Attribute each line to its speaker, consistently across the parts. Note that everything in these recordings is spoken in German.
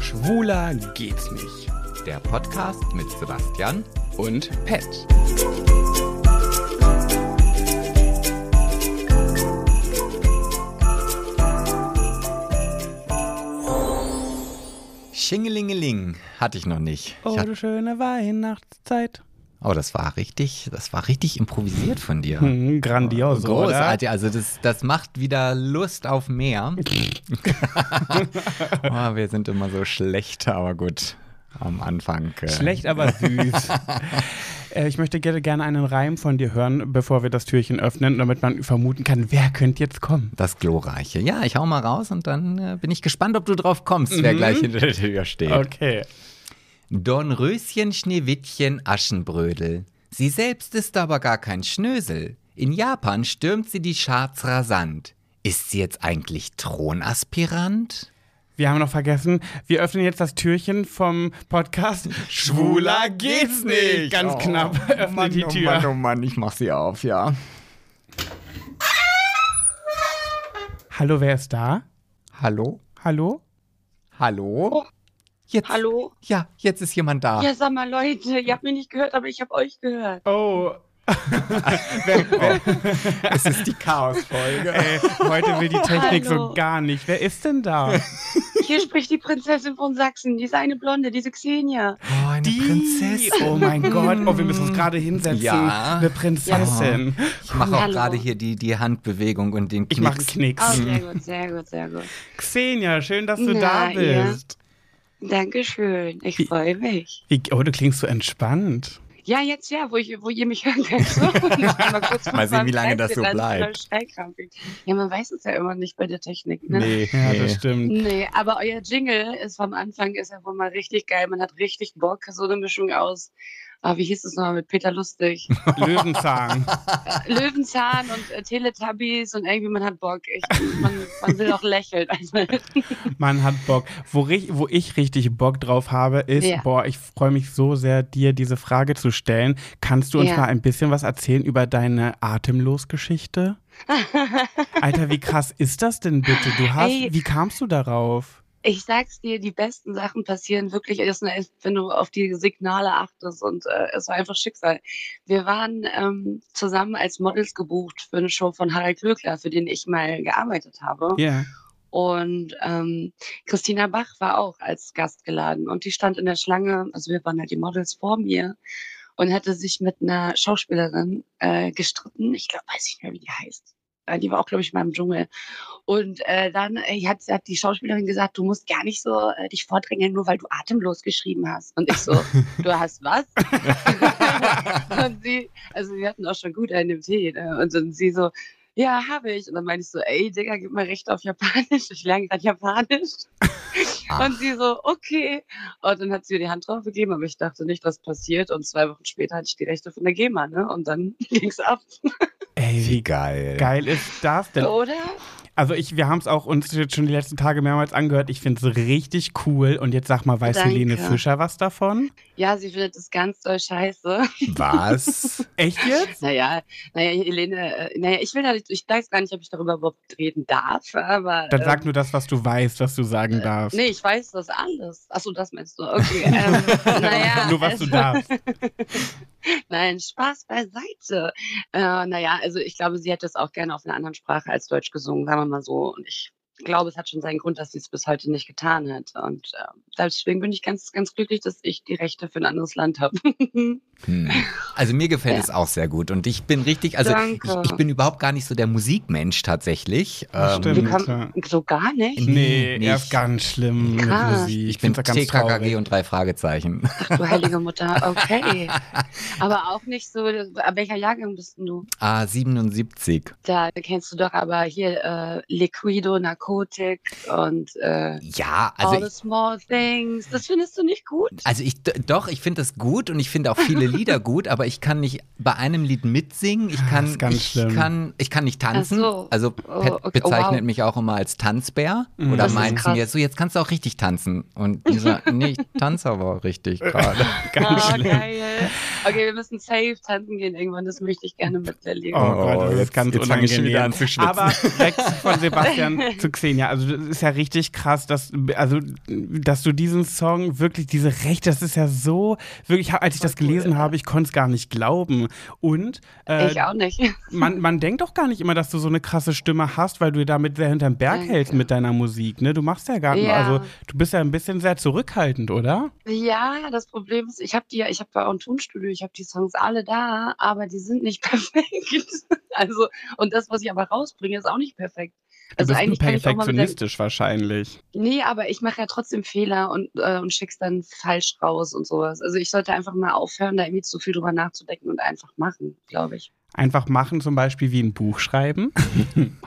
Speaker 1: Besser geht's nicht.
Speaker 2: Der Podcast mit Sebastian.
Speaker 1: Und Pet.
Speaker 2: Schingelingeling hatte ich noch nicht.
Speaker 1: Oh,
Speaker 2: Ich hatte,
Speaker 1: du schöne Weihnachtszeit.
Speaker 2: oh, das war richtig, das war richtig improvisiert von dir.
Speaker 1: Hm, grandios, oder?
Speaker 2: Großartig, also das, das macht wieder Lust auf mehr. oh, wir sind immer so schlecht, aber gut, am Anfang. äh,
Speaker 1: Schlecht, aber süß. äh, ich möchte gerne, gerne einen Reim von dir hören, bevor wir das Türchen öffnen, damit man vermuten kann, wer könnte jetzt kommen.
Speaker 2: Das Glorreiche. Ja, ich hau mal raus und dann äh, bin ich gespannt, ob du drauf kommst, wer gleich hinter der Tür steht.
Speaker 1: Mhm. Okay.
Speaker 2: Dornröschen, Schneewittchen, Aschenbrödel. Sie selbst ist aber gar kein Schnösel. In Japan stürmt sie die Charts rasant. Ist sie jetzt eigentlich Thronaspirant?
Speaker 1: Wir haben noch vergessen, wir öffnen jetzt das Türchen vom Podcast Schwuler geht's nicht. Ganz knapp öffne die Tür.
Speaker 2: oh Mann, ich mach sie auf, ja.
Speaker 1: Hallo, wer ist da?
Speaker 2: Hallo?
Speaker 1: Hallo?
Speaker 2: Hallo? Jetzt,
Speaker 3: Hallo?
Speaker 2: Ja, jetzt ist jemand da.
Speaker 3: Ja, sag mal, Leute, ihr habt mich nicht gehört, aber ich habe euch gehört.
Speaker 1: Oh,
Speaker 2: Es ist die Chaosfolge.
Speaker 1: ey, heute will die Technik
Speaker 3: Hallo.
Speaker 1: so gar nicht. Wer ist denn da?
Speaker 3: Hier spricht die Prinzessin von Sachsen, diese eine Blonde, diese Xenia.
Speaker 2: Oh, eine Prinzessin. Mm.
Speaker 1: Oh mein Gott, oh, wir müssen uns gerade hinsetzen.
Speaker 2: Ja.
Speaker 1: Eine Prinzessin.
Speaker 2: Ich mache auch
Speaker 3: Hallo.
Speaker 2: gerade hier die, die Handbewegung und den
Speaker 1: Ich mache einen
Speaker 2: Knicks.
Speaker 1: Knicks.
Speaker 3: Oh,
Speaker 2: Ah.
Speaker 3: sehr gut, sehr gut, sehr gut.
Speaker 1: Xenia, schön, dass du da
Speaker 3: Na, ja.
Speaker 1: bist.
Speaker 3: Dankeschön, ich
Speaker 1: Wie-
Speaker 3: freue mich.
Speaker 1: Wie, oh, du klingst so entspannt.
Speaker 3: Ja, jetzt ja, wo, ich, wo ihr mich hören könnt. So, mal, kurz von
Speaker 2: Mal sehen,
Speaker 3: meinem
Speaker 2: wie lange das so
Speaker 3: Fernseher, dass ich
Speaker 2: bleibt.
Speaker 3: voll Schallkrampf krieg. Ja, man weiß es ja immer nicht bei der Technik, ne?
Speaker 1: Ja, das stimmt.
Speaker 3: Nee, aber euer Jingle ist vom Anfang ist ja wohl mal richtig geil. Man hat richtig Bock, so eine Mischung aus. Ah, wie hieß es nochmal mit Peter Lustig?
Speaker 1: Löwenzahn.
Speaker 3: Löwenzahn und äh, Teletubbies und irgendwie man hat Bock. Ich, man, man will auch lächeln. Also,
Speaker 1: Man hat Bock. Wo, ri- wo ich richtig Bock drauf habe, ist,
Speaker 3: Ja.
Speaker 1: boah, ich freue mich so sehr, dir diese Frage zu stellen. Kannst du uns
Speaker 3: Ja.
Speaker 1: mal ein bisschen was erzählen über deine Atemlos-Geschichte? Alter, wie krass ist das denn bitte? Du hast,
Speaker 3: Ey.
Speaker 1: wie kamst du darauf?
Speaker 3: ich sag's dir, die besten Sachen passieren wirklich erst, wenn du auf die Signale achtest und äh, es war einfach Schicksal. Wir waren ähm, zusammen als Models gebucht für eine Show von Harald Glöckler, für den ich mal gearbeitet habe.
Speaker 1: Ja.
Speaker 3: Und ähm, Christina Bach war auch als Gast geladen und die stand in der Schlange, also wir waren halt die Models vor mir und hatte sich mit einer Schauspielerin äh, gestritten. Ich glaube, weiß ich nicht mehr, wie die heißt. Äh, Die war auch, glaube ich, mal im Dschungel. Und äh, dann äh, hat, hat die Schauspielerin gesagt, du musst gar nicht so äh, dich vordrängeln, nur weil du atemlos geschrieben hast. Und ich so, du hast was? und sie, also wir hatten auch schon gut einen im Tee. Ne? Und dann sie so, ja, habe ich. Und dann meinte ich so, ey, Digga, gib mal Recht auf Japanisch. Ich lerne gerade Japanisch.
Speaker 2: Ach.
Speaker 3: Und sie so, okay. Und dann hat sie mir die Hand drauf gegeben, aber ich dachte nicht, was passiert. Und zwei Wochen später hatte ich die Rechte von der GEMA, ne? Und dann ging's ab,
Speaker 1: Ey, wie
Speaker 2: geil.
Speaker 1: geil ist das denn?
Speaker 3: oder?
Speaker 1: Also ich, wir haben es auch uns jetzt schon die letzten Tage mehrmals angehört. Ich finde es richtig cool. Und jetzt sag mal, weiß
Speaker 3: Danke.
Speaker 1: Helene Fischer was davon?
Speaker 3: Ja, sie findet das ganz doll scheiße.
Speaker 2: Was?
Speaker 1: Echt jetzt?
Speaker 3: Naja, naja, Helene, äh, naja, ich will da nicht, ich weiß gar nicht, ob ich darüber überhaupt reden darf, aber.
Speaker 1: Dann
Speaker 3: ähm,
Speaker 1: sag nur das, was du weißt, was du sagen darfst.
Speaker 3: Nee, ich weiß das alles. Achso, das meinst du. Okay. Ähm, naja,
Speaker 1: nur was du
Speaker 3: also-
Speaker 1: darfst.
Speaker 3: Nein, Spaß beiseite. Äh, naja, also ich glaube, sie hätte es auch gerne auf einer anderen Sprache als Deutsch gesungen, sagen wir mal so. Und ich glaube, es hat schon seinen Grund, dass sie es bis heute nicht getan hat. Und äh, deswegen bin ich ganz, ganz glücklich, dass ich die Rechte für ein anderes Land habe.
Speaker 2: Hm. Also mir gefällt es auch sehr gut und ich bin richtig, also ich,
Speaker 3: Danke.
Speaker 2: ich bin überhaupt gar nicht so der Musikmensch tatsächlich.
Speaker 1: Das
Speaker 2: Ähm,
Speaker 1: stimmt.
Speaker 3: kommen-
Speaker 1: ja.
Speaker 3: so gar nicht.
Speaker 1: Nee,
Speaker 2: nicht.
Speaker 1: er ist ganz schlimm mit
Speaker 3: Krass.
Speaker 1: Musik.
Speaker 2: ich bin
Speaker 1: find's auch ganz
Speaker 2: TKKG
Speaker 1: traurig.
Speaker 2: und drei Fragezeichen.
Speaker 3: Ach du heilige Mutter, okay. Aber auch nicht so, ab welcher Jahrgang bist denn du?
Speaker 2: Ah, 77.
Speaker 3: Da kennst du doch aber hier äh, Liquido, Narkotik und äh,
Speaker 2: Ja,
Speaker 3: All
Speaker 2: also
Speaker 3: the
Speaker 2: ich,
Speaker 3: Small Things. Das findest du nicht gut?
Speaker 2: also ich d- doch, ich finde das gut und ich finde auch viele Lieder gut, aber ich kann nicht bei einem Lied mitsingen. Ich kann,
Speaker 1: Ah, Das ist ganz
Speaker 2: ich
Speaker 1: schlimm.
Speaker 2: kann, ich kann nicht tanzen.
Speaker 3: Ach so.
Speaker 2: Also
Speaker 3: Oh,
Speaker 2: Pat
Speaker 3: okay. Oh,
Speaker 2: bezeichnet
Speaker 3: wow.
Speaker 2: mich auch immer als Tanzbär
Speaker 1: Mhm.
Speaker 2: oder
Speaker 1: Das ist
Speaker 2: meint zu mir,
Speaker 3: krass.
Speaker 2: so jetzt kannst du auch richtig tanzen und dieser, nee, ich tanze aber richtig gerade.
Speaker 1: Ganz
Speaker 3: Oh,
Speaker 1: schlimm.
Speaker 3: geil. Okay, wir müssen safe tanzen gehen irgendwann. Das möchte ich gerne miterleben.
Speaker 1: Oh, Gott, das
Speaker 2: jetzt-
Speaker 1: ist ganz
Speaker 2: jetzt fange ich
Speaker 1: unangenehm.
Speaker 2: schon wieder an zu schnitzen.
Speaker 1: Aber weg von Sebastian zu Xenia, also das ist ja richtig krass, dass, also, dass du diesen Song wirklich, diese Rechte, das ist ja so, wirklich, als ich das gelesen habe, ich konnte es gar nicht glauben. Und äh,
Speaker 3: ich auch nicht.
Speaker 1: man, man denkt doch gar nicht immer, dass du so eine krasse Stimme hast, weil du damit sehr hinterm Berg
Speaker 3: Danke.
Speaker 1: hältst mit deiner Musik, ne? Du machst ja gar nicht,
Speaker 3: Ja.
Speaker 1: also du bist ja ein bisschen sehr zurückhaltend, oder?
Speaker 3: Ja, das Problem ist, ich habe die ja, ich habe bei einem Tonstudio, ich habe die Songs alle da, aber die sind nicht perfekt. Also, und das, was ich aber rausbringe, ist auch nicht perfekt.
Speaker 1: Du
Speaker 3: Also
Speaker 1: bist
Speaker 3: eigentlich kann ich auch mal mit der,
Speaker 1: perfektionistisch wahrscheinlich.
Speaker 3: Nee, aber ich mache ja trotzdem Fehler und, äh, und schick's dann falsch raus und sowas. Also ich sollte einfach mal aufhören, da irgendwie zu viel drüber nachzudenken und einfach machen, glaube ich.
Speaker 1: Einfach machen, zum Beispiel wie ein Buch schreiben.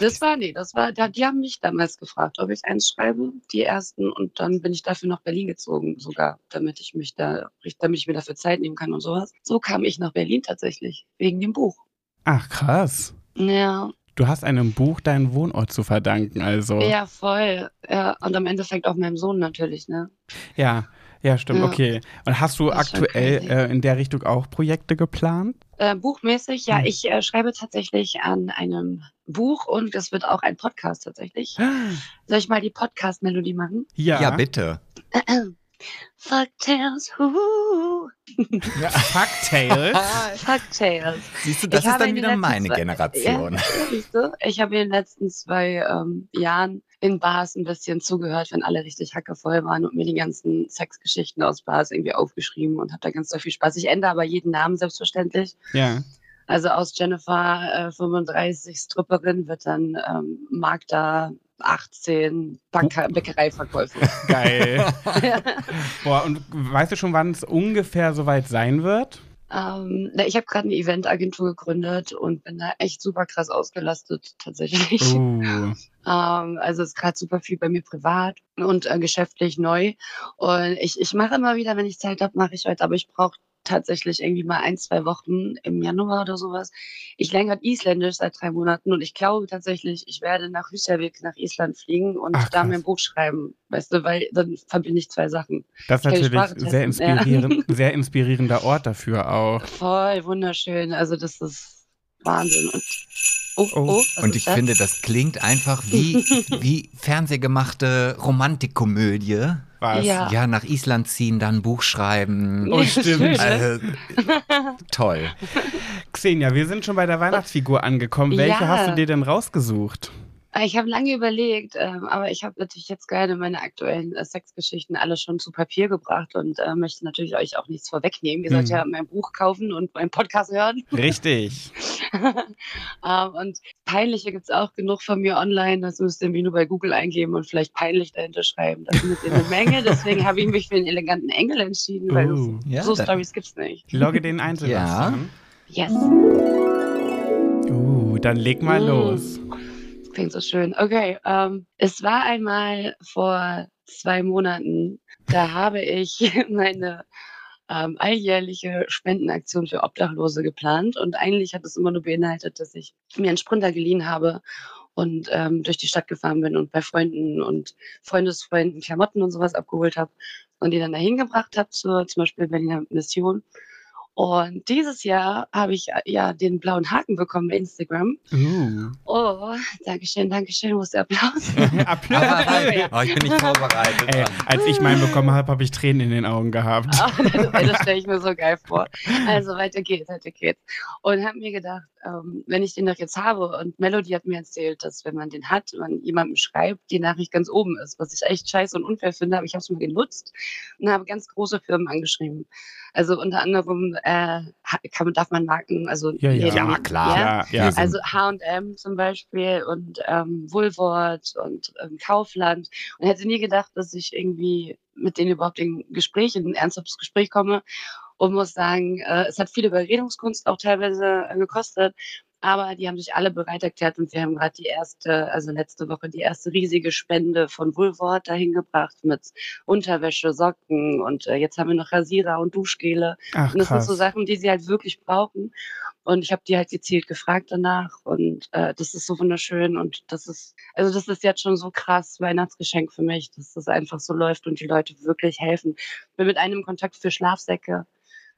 Speaker 3: Das war, nee, das war, da, die haben mich damals gefragt, ob ich eins schreibe, die ersten, und dann bin ich dafür nach Berlin gezogen, sogar, damit ich mich da, damit ich mir dafür Zeit nehmen kann und sowas. So kam ich nach Berlin tatsächlich, wegen dem Buch.
Speaker 1: Ach, krass.
Speaker 3: Ja,
Speaker 1: Du hast einem Buch deinen Wohnort zu verdanken, also.
Speaker 3: ja, voll. Ja, und am Endeffekt auch meinem Sohn natürlich, ne?
Speaker 1: Ja, ja, stimmt,
Speaker 3: Ja.
Speaker 1: okay. Und hast du
Speaker 3: Das ist schon
Speaker 1: aktuell
Speaker 3: crazy.
Speaker 1: äh, in der Richtung auch Projekte geplant?
Speaker 3: Äh, buchmäßig, ja,
Speaker 1: Hm.
Speaker 3: ich äh, schreibe tatsächlich an einem Buch und es wird auch ein Podcast tatsächlich. Soll ich mal die Podcast-Melodie machen?
Speaker 1: Ja,
Speaker 2: ja bitte.
Speaker 3: Fuck Tales, huhu,
Speaker 1: Fucktails.
Speaker 3: Fuck Tales.
Speaker 2: Siehst du, das
Speaker 3: Ich
Speaker 2: ist
Speaker 3: habe
Speaker 2: dann
Speaker 3: in den
Speaker 2: wieder
Speaker 3: letzten
Speaker 2: meine
Speaker 3: zwei-
Speaker 2: Generation.
Speaker 3: Ja, siehst du? Ich habe in den letzten zwei ähm, Jahren in Bars ein bisschen zugehört, wenn alle richtig hackevoll waren und mir die ganzen Sexgeschichten aus Bars irgendwie aufgeschrieben und habe da ganz doll viel Spaß. Ich ändere aber jeden Namen selbstverständlich.
Speaker 1: ja.
Speaker 3: Also aus Jennifer äh, 35 Stripperin wird dann ähm, Magda 18 Backe Bäckereiverkäufer.
Speaker 1: Geil. Boah, und weißt du schon, wann es ungefähr soweit sein wird?
Speaker 3: Ähm, na, ich habe gerade eine Eventagentur gegründet und bin da echt super krass ausgelastet tatsächlich.
Speaker 1: Uh.
Speaker 3: Ähm, also ist gerade super viel bei mir privat und äh, geschäftlich neu. Und ich, ich mache immer wieder, wenn ich Zeit habe, mache ich heute, aber ich brauche tatsächlich irgendwie mal ein, zwei Wochen im Januar oder sowas. Ich lerne gerade Isländisch seit drei Monaten und ich glaube tatsächlich, ich werde nach Hüsjavik, nach Island fliegen und
Speaker 1: Ach,
Speaker 3: da
Speaker 1: krass.
Speaker 3: mein Buch schreiben, weißt du, weil dann verbinde ich zwei Sachen.
Speaker 1: Das ist
Speaker 3: Ich kann die
Speaker 1: natürlich
Speaker 3: Sprache
Speaker 1: sehr,
Speaker 3: testen, ja.
Speaker 1: inspirierend, sehr inspirierender Ort dafür auch.
Speaker 3: Voll wunderschön, also das ist Wahnsinn. Und, oh,
Speaker 1: Oh.
Speaker 3: oh, was
Speaker 2: Und
Speaker 3: ist
Speaker 2: ich
Speaker 3: das?
Speaker 2: finde, das klingt einfach wie, wie fernsehgemachte Romantikkomödie.
Speaker 1: Was?
Speaker 3: Ja.
Speaker 2: Ja, nach Island ziehen, dann Buch schreiben.
Speaker 1: Oh, stimmt.
Speaker 3: ne?
Speaker 2: Äh, toll.
Speaker 1: Xenia, wir sind schon bei der Weihnachtsfigur angekommen. Welche
Speaker 3: Ja.
Speaker 1: hast du dir denn rausgesucht?
Speaker 3: Ah, Ich habe lange überlegt, ähm, aber ich habe natürlich jetzt gerade meine aktuellen äh, Sexgeschichten alle schon zu Papier gebracht und äh, möchte natürlich euch auch nichts vorwegnehmen. Ihr sollt
Speaker 1: Mhm.
Speaker 3: ja mein Buch kaufen und meinen Podcast hören.
Speaker 1: Richtig.
Speaker 3: ähm, und peinliche gibt's auch genug von mir online. Das müsst ihr mir nur bei Google eingeben und vielleicht peinlich dahinter schreiben. Da findet ihr eine Menge. Deswegen habe ich mich für den eleganten Engel entschieden, weil
Speaker 1: Uh.
Speaker 2: Ja,
Speaker 3: so
Speaker 2: da-
Speaker 3: Stories gibt's nicht.
Speaker 1: Logge den Hm. ein, Sebastian.
Speaker 3: Yes,
Speaker 1: Uh, dann leg mal
Speaker 3: Mm.
Speaker 1: los.
Speaker 3: klingt so schön. Okay, ähm, es war einmal vor zwei Monaten, da habe ich meine ähm, alljährliche Spendenaktion für Obdachlose geplant. Und eigentlich hat es immer nur beinhaltet, dass ich mir einen Sprinter geliehen habe und ähm, durch die Stadt gefahren bin und bei Freunden und Freundesfreunden Klamotten und sowas abgeholt habe und die dann dahin gebracht habe, zur zum Beispiel Berliner Mission. Und dieses Jahr habe ich äh, ja den blauen Haken bekommen bei Instagram.
Speaker 1: Uh.
Speaker 3: Oh, Dankeschön, Dankeschön, wo ist der Applaus?
Speaker 1: Applaus.
Speaker 2: Aber, oh, ich bin nicht vorbereitet.
Speaker 1: Ey, als ich meinen bekommen habe, habe ich Tränen in den Augen gehabt.
Speaker 3: Ah, das ey, das stelle ich mir so geil vor. Also weiter geht's, weiter geht's. Und habe mir gedacht, ähm, wenn ich den doch jetzt habe, und Melody hat mir erzählt, dass wenn man den hat, man jemandem schreibt, die Nachricht ganz oben ist, was ich echt scheiße und unfair finde, aber ich habe es mal genutzt und habe ganz große Firmen angeschrieben. Also unter anderem äh, ha- kann, darf man Marken, also
Speaker 1: Ja, ja.
Speaker 3: jeden-
Speaker 2: Ja, klar.
Speaker 1: Ja, ja.
Speaker 2: Also-
Speaker 3: also H&M zum Beispiel und ähm, Woolworth und ähm, Kaufland. Und hätte nie gedacht, dass ich irgendwie mit denen überhaupt in Gespräch, in ein ernsthaftes Gespräch komme. Und muss sagen, äh, es hat viel Überredungskunst auch teilweise äh, gekostet. Aber die haben sich alle bereit erklärt und wir haben gerade die erste, also letzte Woche die erste riesige Spende von Woolworth dahin gebracht mit Unterwäsche, Socken und äh, jetzt haben wir noch Rasierer und Duschgele.
Speaker 1: Ach,
Speaker 3: Und das sind so
Speaker 1: krass.
Speaker 3: Sachen, die sie halt wirklich brauchen. Und ich habe die halt gezielt gefragt danach. Und äh, das ist so wunderschön. Und das ist, also das ist jetzt schon so krass Weihnachtsgeschenk für mich, dass das einfach so läuft und die Leute wirklich helfen. Ich bin mit einem in Kontakt für Schlafsäcke.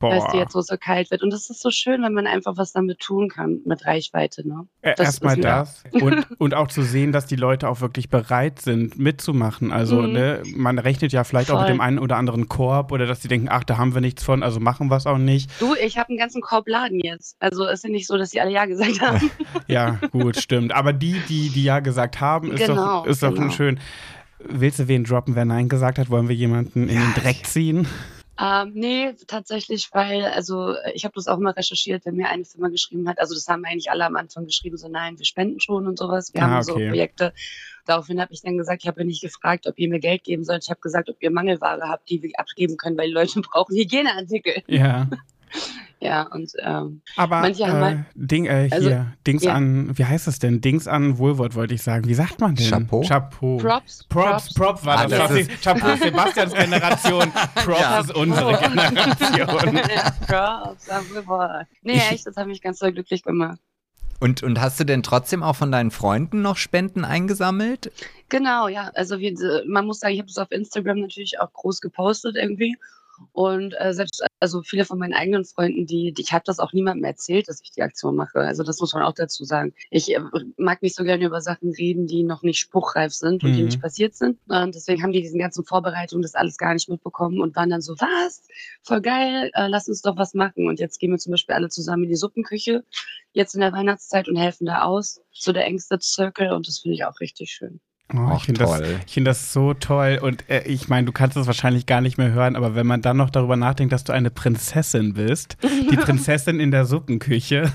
Speaker 3: weil es dir jetzt so, so kalt wird. Und das ist so schön, wenn man einfach was damit tun kann, mit Reichweite. Ne?
Speaker 1: Ä-
Speaker 3: Das
Speaker 1: e- Erstmal
Speaker 3: ist-
Speaker 1: das und, und auch zu sehen, dass die Leute auch wirklich bereit sind, mitzumachen. Also
Speaker 3: Mhm.
Speaker 1: ne, man rechnet ja vielleicht auch mit
Speaker 3: Voll.
Speaker 1: dem einen oder anderen Korb oder dass die denken, ach, da haben wir nichts von, also machen wir es auch nicht.
Speaker 3: Du, ich habe einen ganzen Korb Laden jetzt. Also ist ja nicht so, dass die alle Ja gesagt haben.
Speaker 1: Ja, gut, stimmt. Aber die, die, die ja gesagt haben, ist
Speaker 3: Genau,
Speaker 1: doch, ist doch
Speaker 3: genau.
Speaker 1: schön. Willst du wen droppen, wer Nein gesagt hat? Wollen wir jemanden in den Dreck ziehen?
Speaker 3: ähm, nee, tatsächlich, weil, also ich habe das auch mal recherchiert, wenn mir eine Firma geschrieben hat, also das haben eigentlich alle am Anfang geschrieben, so nein, wir spenden schon und sowas. Wir
Speaker 1: Ah,
Speaker 3: haben
Speaker 1: okay.
Speaker 3: so Projekte. Daraufhin habe ich dann gesagt, ich habe ja nicht gefragt, ob ihr mir Geld geben sollt. Ich habe gesagt, ob ihr Mangelware habt, die wir abgeben können, weil die Leute brauchen Hygieneartikel.
Speaker 1: Ja.
Speaker 3: Ja, und ähm,
Speaker 1: Aber
Speaker 3: Manche haben
Speaker 1: äh,
Speaker 3: halt-
Speaker 1: Ding, äh, hier,
Speaker 3: Also,
Speaker 1: Dings
Speaker 3: ja.
Speaker 1: an, wie heißt es denn? Dings an Wohlwort wollte ich sagen. Wie sagt man denn?
Speaker 2: Chapeau?
Speaker 1: Chapeau.
Speaker 3: Props.
Speaker 1: Oh. Props, Props war
Speaker 2: Ah,
Speaker 1: das.
Speaker 2: das
Speaker 1: Chapeau,
Speaker 2: ist-
Speaker 1: Chapeau Sebastians Generation. Props
Speaker 2: Ja.
Speaker 3: Also-
Speaker 1: ist unsere
Speaker 3: Chapeau.
Speaker 1: Generation.
Speaker 3: Props, am Reward. Nee,
Speaker 2: Ich-
Speaker 3: echt, das hat mich ganz so glücklich gemacht.
Speaker 2: Und, und hast du denn trotzdem auch von deinen Freunden noch Spenden eingesammelt?
Speaker 3: Genau, ja. Also wir, äh, man muss sagen, ich habe es auf Instagram natürlich auch groß gepostet irgendwie. Und äh, selbst also viele von meinen eigenen Freunden, die, die ich habe das auch niemandem erzählt, dass ich die Aktion mache. Also das muss man auch dazu sagen. Ich äh, mag nicht so gerne über Sachen reden, die noch nicht spruchreif sind und die
Speaker 1: Mhm.
Speaker 3: nicht passiert sind. Und deswegen haben die diesen ganzen Vorbereitungen das alles gar nicht mitbekommen und waren dann so, was? Voll geil, äh, lass uns doch was machen. Und jetzt gehen wir zum Beispiel alle zusammen in die Suppenküche, jetzt in der Weihnachtszeit und helfen da aus. So der engste Circle und das finde ich auch richtig schön.
Speaker 1: Oh, ich
Speaker 2: Ach,
Speaker 1: finde das,
Speaker 2: toll.
Speaker 1: ich find das so toll. Und äh, ich meine, du kannst es wahrscheinlich gar nicht mehr hören, aber wenn man dann noch darüber nachdenkt, dass du eine Prinzessin bist, die Prinzessin in der Suppenküche.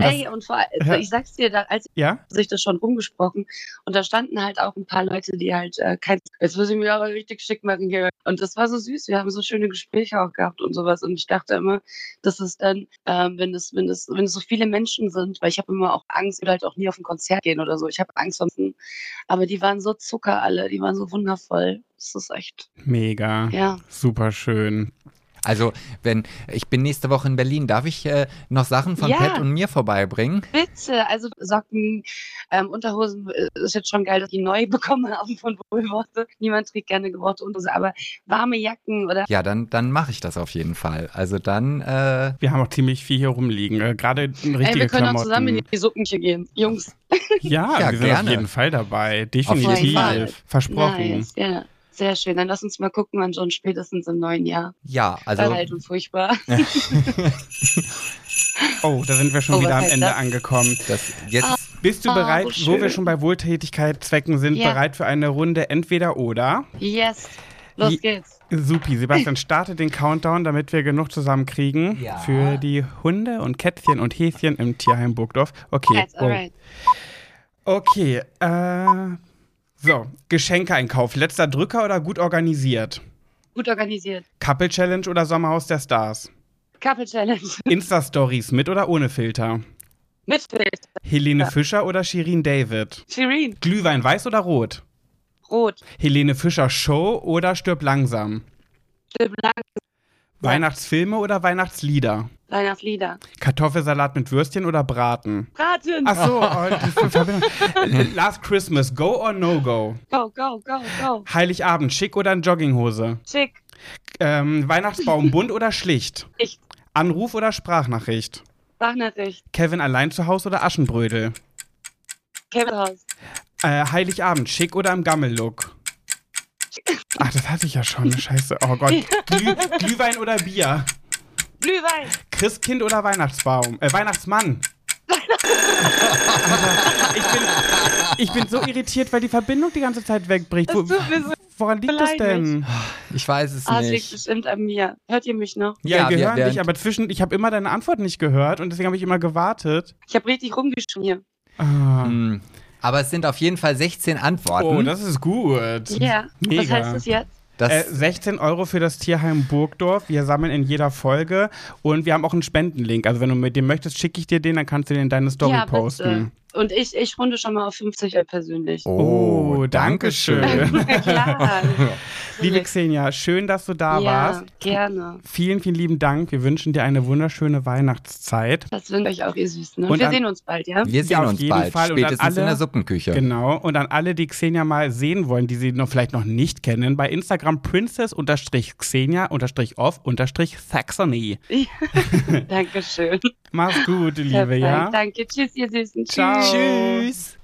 Speaker 3: Ey, und vor
Speaker 1: Ja.
Speaker 3: allem, ich sag's dir, da, als
Speaker 1: Ja?
Speaker 3: sich das schon rumgesprochen und da standen halt auch ein paar Leute, die halt äh, kein, jetzt muss ich mich aber richtig schick machen hier. Und das war so süß, wir haben so schöne Gespräche auch gehabt und sowas und ich dachte immer, dass es dann, ähm, wenn es, wenn es, wenn es so viele Menschen sind, weil ich habe immer auch Angst, ich würde halt auch nie auf ein Konzert gehen oder so, ich habe Angst vor, aber die waren so Zucker alle, die waren so wundervoll. Das ist echt,
Speaker 1: Mega.
Speaker 3: ja.
Speaker 1: Super schön.
Speaker 2: Also, wenn ich bin nächste Woche in Berlin, darf ich äh, noch Sachen von
Speaker 3: Ja.
Speaker 2: Pat und mir vorbeibringen?
Speaker 3: Bitte, also Socken, ähm, Unterhosen äh, ist jetzt schon geil, dass ich die neu bekomme auf von Wohlworte. Niemand trägt gerne gebrauchte Unterhose, aber warme Jacken oder äh,
Speaker 2: Ja, dann, dann mache ich das auf jeden Fall. Also dann, äh,
Speaker 1: Wir haben auch ziemlich viel hier rumliegen. Äh, Gerade richtige
Speaker 3: Ey, wir können
Speaker 1: Klamotten.
Speaker 3: auch zusammen in die Suppenküche gehen. Jungs,
Speaker 1: Ja,
Speaker 2: Ja,
Speaker 1: wir sind
Speaker 2: gerne.
Speaker 1: auf jeden Fall dabei.
Speaker 2: Auf jeden
Speaker 1: Definitiv.
Speaker 3: Fall.
Speaker 1: Versprochen.
Speaker 3: nice. Ja, sehr schön. Dann lass uns mal gucken, wann schon spätestens im neuen Jahr.
Speaker 2: ja,
Speaker 3: Also,
Speaker 2: also
Speaker 3: halt und furchtbar.
Speaker 1: Oh, da sind wir schon
Speaker 3: Oh,
Speaker 1: wieder
Speaker 3: was
Speaker 1: am
Speaker 3: heißt
Speaker 1: Ende
Speaker 3: das?
Speaker 1: angekommen.
Speaker 2: das jetzt.
Speaker 1: Bist du
Speaker 3: Ah,
Speaker 1: bereit,
Speaker 3: so
Speaker 1: wo
Speaker 3: schön.
Speaker 1: wir schon bei Wohltätigkeitszwecken sind,
Speaker 3: Ja.
Speaker 1: bereit für eine Runde entweder oder?
Speaker 3: Yes, los
Speaker 1: Je-
Speaker 3: geht's.
Speaker 1: Supi, Sebastian, starte den Countdown, damit wir genug zusammenkriegen
Speaker 2: Ja.
Speaker 1: für die Hunde und Kätzchen und Häschen im Tierheim Burgdorf. Okay.
Speaker 3: Yes, alright.
Speaker 1: oh. Okay. Äh, so, Geschenkeeinkauf. Letzter Drücker oder gut organisiert?
Speaker 3: Gut organisiert.
Speaker 1: Couple Challenge oder Sommerhaus der Stars?
Speaker 3: Couple Challenge.
Speaker 1: Insta-Stories mit oder ohne Filter?
Speaker 3: Mitfeld.
Speaker 1: Helene Fischer oder Shirin David?
Speaker 3: Shirin.
Speaker 1: Glühwein weiß oder rot?
Speaker 3: Rot.
Speaker 1: Helene Fischer Show oder stirb langsam?
Speaker 3: Stirb lang.
Speaker 1: Weihnachtsfilme oder Weihnachtslieder?
Speaker 3: Weihnachtslieder.
Speaker 1: Kartoffelsalat mit Würstchen oder Braten?
Speaker 3: Braten.
Speaker 1: Ach so, oh, das ist in Verbindung. Äh, Last Christmas, go or no go?
Speaker 3: Go, go, go, go.
Speaker 1: Heiligabend, schick oder in Jogginghose?
Speaker 3: Schick.
Speaker 1: Ähm, Weihnachtsbaum bunt oder schlicht?
Speaker 3: Echt.
Speaker 1: Anruf oder Sprachnachricht?
Speaker 3: Sprachnachricht.
Speaker 1: Kevin allein zu Hause oder Aschenbrödel?
Speaker 3: Kevin Haus.
Speaker 1: Äh, Heiligabend, schick oder im Gammellook? Ach, das hatte ich ja schon. Scheiße. Oh Gott. Glüh, Glühwein oder Bier?
Speaker 3: Glühwein.
Speaker 1: Christkind oder Weihnachtsbaum? Äh, Weihnachtsmann. Alter, ich, bin, ich bin so irritiert, weil die Verbindung die ganze Zeit wegbricht. Wo,
Speaker 3: Es tut mir so
Speaker 1: woran liegt das
Speaker 3: leid,
Speaker 1: denn?
Speaker 2: Ich weiß es
Speaker 3: Ah, es liegt
Speaker 2: nicht.
Speaker 3: bestimmt an mir. Hört ihr mich noch?
Speaker 1: Ja,
Speaker 2: Ja,
Speaker 1: wir
Speaker 2: wir
Speaker 1: hören
Speaker 2: werden-
Speaker 1: dich, aber zwischen, ich habe immer deine Antwort nicht gehört und deswegen habe ich immer gewartet.
Speaker 3: Ich habe richtig rumgeschrien hier.
Speaker 1: Ah.
Speaker 2: Hm. Aber es sind auf jeden Fall 16 Antworten.
Speaker 1: Oh, das ist gut.
Speaker 3: Ja.
Speaker 1: Mega.
Speaker 3: Was heißt das jetzt?
Speaker 2: Das-
Speaker 1: Äh, 16 Euro für das Tierheim Burgdorf. Wir sammeln in jeder Folge und wir haben auch einen Spendenlink. Also wenn du mit dem möchtest, schicke ich dir den, dann kannst du den in deine Story
Speaker 3: Ja, bitte.
Speaker 1: posten.
Speaker 3: Und ich, ich runde schon mal auf 50 ab persönlich.
Speaker 1: Oh, danke schön.
Speaker 3: Na Klar.
Speaker 1: Liebe Xenia, schön, dass du da
Speaker 3: ja,
Speaker 1: warst.
Speaker 3: gerne.
Speaker 1: Vielen, vielen lieben Dank. Wir wünschen dir eine wunderschöne Weihnachtszeit.
Speaker 3: Das wünsche ich euch auch, ihr Süßen. Und,
Speaker 1: Und
Speaker 3: wir
Speaker 1: an-
Speaker 3: sehen uns bald, ja?
Speaker 2: Wir sehen
Speaker 1: Ja, auf
Speaker 2: uns
Speaker 1: jeden
Speaker 2: bald,
Speaker 1: Fall. Und dann
Speaker 2: spätestens
Speaker 1: alle-
Speaker 2: in der Suppenküche.
Speaker 1: Genau. Und an alle, die Xenia mal sehen wollen, die sie noch vielleicht noch nicht kennen, bei Instagram princess-xenia-off-saxony.
Speaker 3: Dankeschön.
Speaker 1: Mach's gut, liebe,
Speaker 3: Perfekt.
Speaker 1: ja?
Speaker 3: Danke. Tschüss, ihr Süßen.
Speaker 1: Ciao.
Speaker 3: Tschüss.
Speaker 2: Tschüss.